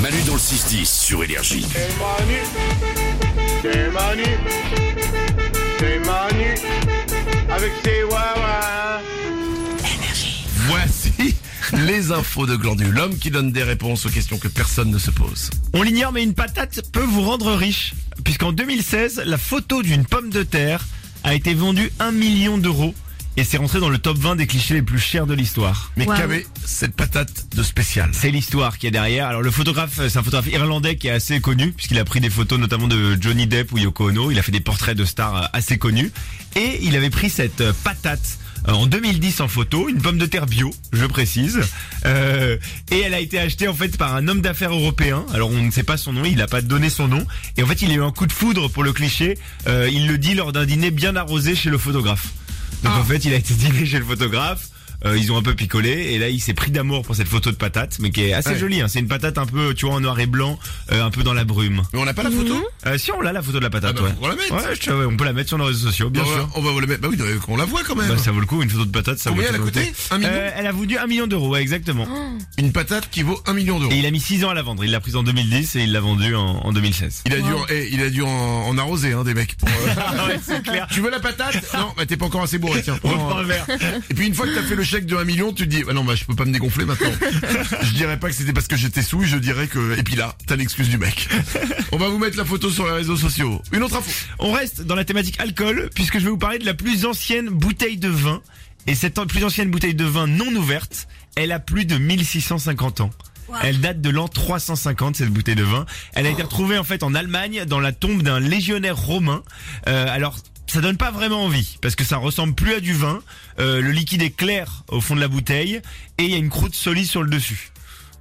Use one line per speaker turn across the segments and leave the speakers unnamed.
Manu dans le 6-10 sur Énergie.
C'est Manu, c'est Manu, c'est Manu, avec ses wawa.
Voici les infos de Glandu, l'homme qui donne des réponses aux questions que personne ne se pose.
On l'ignore, mais une patate peut vous rendre riche. Puisqu'en 2016, la photo d'une pomme de terre a été vendue 1 million d'euros et c'est rentré dans le top 20 des clichés les plus chers de l'histoire.
Mais
Waouh.
qu'avait cette patate de spécial
C'est l'histoire qui est derrière. Alors le photographe, euh, c'est un photographe irlandais qui est assez connu puisqu'il a pris des photos notamment de Johnny Depp ou Yoko Ono. Il a fait des portraits de stars euh, assez connus et il avait pris cette euh, patate. euh, En 2010 en photo, une pomme de terre bio, je précise, Euh, et elle a été achetée en fait par un homme d'affaires européen. Alors on ne sait pas son nom, il n'a pas donné son nom, et en fait il a eu un coup de foudre pour le cliché. Euh, il le dit lors d'un dîner bien arrosé chez le photographe. Donc
Ah.
en fait il a été dîner chez le photographe. Euh, ils ont un peu picolé et là il s'est pris d'amour pour cette photo de patate mais qui est assez
Ouais.
jolie hein. c'est une patate un peu tu vois en noir et blanc euh, un peu dans la brume
Mais on n'a pas la photo
euh, si on l'a la photo de la
Ah
patate
bah,
ouais.
faut qu'on la mette.
ouais je te- ouais, on peut la mettre sur nos réseaux sociaux bien
on, va-
sûr
on va vous le mettre. Bah oui, donc, on la voit quand même.
bah, ça vaut le coup une photo de patate ça
Combien
vaut
elle a
tout le
coûté
coup.
Un million Oh.
Euh, elle a voulu un million d'euros ouais, exactement
Une patate qui vaut un million d'euros.
et il a mis 6 ans à la vendre il l'a prise en 2010 et il l'a vendue en, en 2016
Il a dû, en- eh, il a dû en, en arroser hein, des mecs. pour, euh,
ouais, c'est clair
tu veux la patate Non, bah t'es pas encore assez bourré. Tiens, prends,
Reprends
euh.
le verre.
Et puis une fois que t'as fait le chèque de 1 million, tu te dis, ah non, bah je peux pas me dégonfler maintenant. je dirais pas que c'était parce que j'étais sous, je dirais que. Et puis là, t'as l'excuse du mec. On va vous mettre la photo sur les réseaux sociaux. Une autre info.
On reste dans la thématique alcool puisque je vais vous parler de la plus ancienne bouteille de vin. Et cette an- plus ancienne bouteille de vin non ouverte, elle a plus de 1650 ans. Elle date de l'an 350 cette bouteille de vin. Elle a été retrouvée en fait en Allemagne dans la tombe d'un légionnaire romain. Euh, alors ça donne pas vraiment envie parce que ça ressemble plus à du vin. Euh, le liquide est clair au fond de la bouteille et il y a une croûte solide sur le dessus.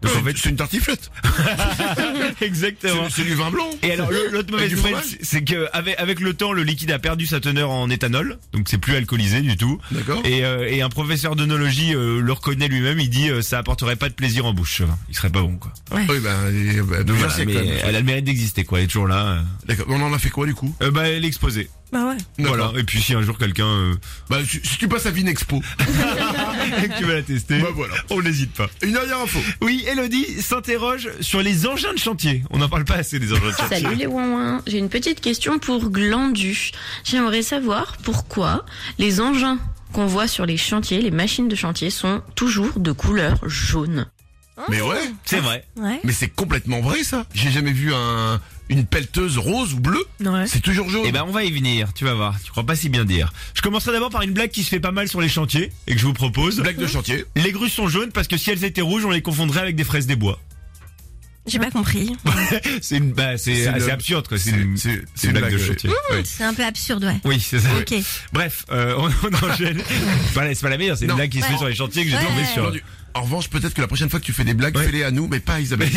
Donc en fait,
c'est une tartiflette.
exactement.
C'est c'est du vin blanc.
Et alors le- l'autre
Et
mauvaise
du
nouvelle,
fromage
c'est que avec, avec le temps, le liquide a perdu sa teneur en éthanol, donc c'est plus alcoolisé du tout.
D'accord.
Et, euh, et un professeur d'onologie euh, le reconnaît lui-même, il dit euh, ça apporterait pas de plaisir en bouche, ce vin. il serait pas bon quoi.
Oui, bah, et, bah,
Donc
plusieurs
voilà,
siècles,
mais euh,
quand même.
elle a le mérite d'exister quoi, elle est toujours là.
D'accord. On en a fait quoi du coup
Euh, bah elle est exposée.
Bah ouais.
Voilà. Et puis si un jour quelqu'un euh,
Bah, si, si tu passes à Vinexpo.
que tu veux la tester,
Bah, voilà.
on n'hésite pas.
Une dernière info.
Oui, Elodie s'interroge sur les engins de chantier. On n'en parle pas assez des engins de chantier.
Salut les ouin j'ai une petite question pour Glandu. J'aimerais savoir pourquoi les engins qu'on voit sur les chantiers, les machines de chantier, sont toujours de couleur jaune.
Ah. Mais ouais.
C'est vrai.
Ouais.
Mais c'est complètement vrai ça. J'ai jamais vu un, une pelleteuse rose ou bleue.
Ouais.
C'est toujours jaune.
Eh ben on va y venir, tu vas voir, tu crois pas si bien dire. Je commencerai d'abord par une blague qui se fait pas mal sur les chantiers et que je vous propose.
Blague de chantier.
Les grues sont jaunes parce que si elles étaient rouges, on les confondrait avec des fraises des bois.
J'ai pas compris.
C'est une, bah, c'est
C'est
assez
le-
absurde quoi. C'est une,
c'est- euh,
c'est une blague, de
ouais.
chantier.
Ouais.
Mmh, C'est un peu absurde, ouais.
Oui, c'est ça.
Ok.
Bref, euh, on, on enchaîne. Voilà, c'est pas la meilleure, c'est une
Non.
blague qui se fait
Ouais.
sur les chantiers que j'ai
Ouais.
tombé sur.
Entendu. En revanche, peut-être que la prochaine fois que tu fais des blagues,
Ouais.
fais-les à nous, mais pas à Isabelle.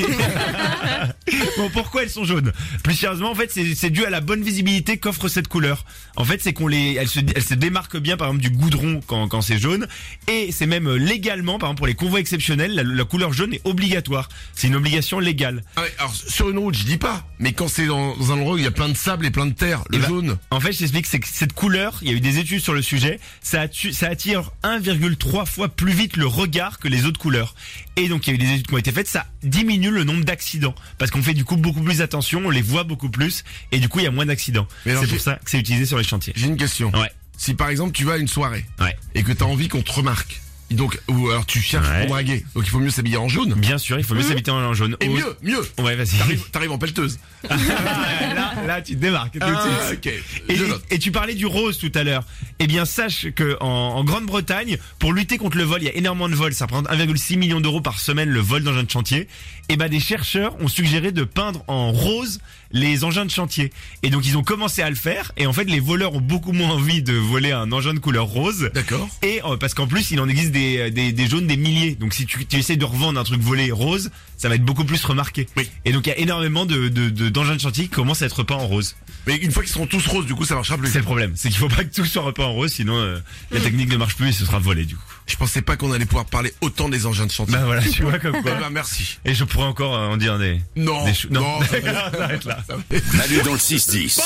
Bon, pourquoi elles sont jaunes Plus sérieusement, en fait, c'est c'est dû à la bonne visibilité qu'offre cette couleur. En fait, c'est qu'on les, elles se, elles se démarquent bien, par exemple, du goudron quand, quand c'est jaune. Et c'est même euh, légalement, par exemple, pour les convois exceptionnels, la, la couleur jaune est obligatoire. C'est une obligation légale.
Ah ouais, alors, sur une route, je dis pas, mais quand c'est dans un endroit où il y a plein de sable et plein de terre, le
Eh ben,
jaune.
En fait, je t'explique, c'est que cette couleur, il y a eu des études sur le sujet, ça attire, ça attire 1,3 fois plus vite le regard que les autres couleurs. Et donc, il y a eu des études qui ont été faites, ça diminue le nombre d'accidents. Parce qu'on fait du coup beaucoup plus attention, on les voit beaucoup plus, et du coup, il y a moins d'accidents.
Mais alors,
C'est
j'ai-
pour ça que c'est utilisé sur les chantiers.
J'ai une question.
Ouais.
Si par exemple tu vas à une soirée
Ouais.
et que t'as envie qu'on te remarque, et donc ou alors tu cherches
Ouais.
pour draguer, donc il faut mieux s'habiller en jaune.
Bien sûr, il faut mieux s'habiter en jaune.
Mmh. Et
Oh,
mieux, mieux.
Ouais, vas-y.
T'arrives, t'arrives en pelleteuse.
là, là, tu te démarques. tout de
Ah,
suite.
ok.
Et,
Je note.
et tu parlais du rose tout à l'heure. Eh bien, sache que en, en Grande-Bretagne, pour lutter contre le vol, il y a énormément de vols. Ça prend 1,6 million d'euros par semaine le vol d'engins de chantier. Et ben, des chercheurs ont suggéré de peindre en rose les engins de chantier. Et donc, ils ont commencé à le faire. Et en fait, les voleurs ont beaucoup moins envie de voler un engin de couleur rose.
D'accord.
Et euh, parce qu'en plus, il en existe des, euh, des, des jaunes, des milliers. Donc si tu, tu essaies de revendre un truc volé rose, ça va être beaucoup plus remarqué.
Oui.
Et donc il y a énormément de de, de- d'engins de chantier qui commencent à être repeints en rose.
Mais une fois qu'ils seront tous roses, du coup, ça marchera plus.
C'est le problème, c'est qu'il faut pas que tout soit repeint en rose, sinon euh, la technique ne marche plus et ce sera volé du coup.
Je pensais pas qu'on allait pouvoir parler autant des engins de chantier.
Bah voilà, tu vois comme
Eh
quoi.
ben, merci.
Et je pourrais encore euh, en dire des.
Non.
Des chou- non.
non.
Arrête là.
Manu dans le 6-10.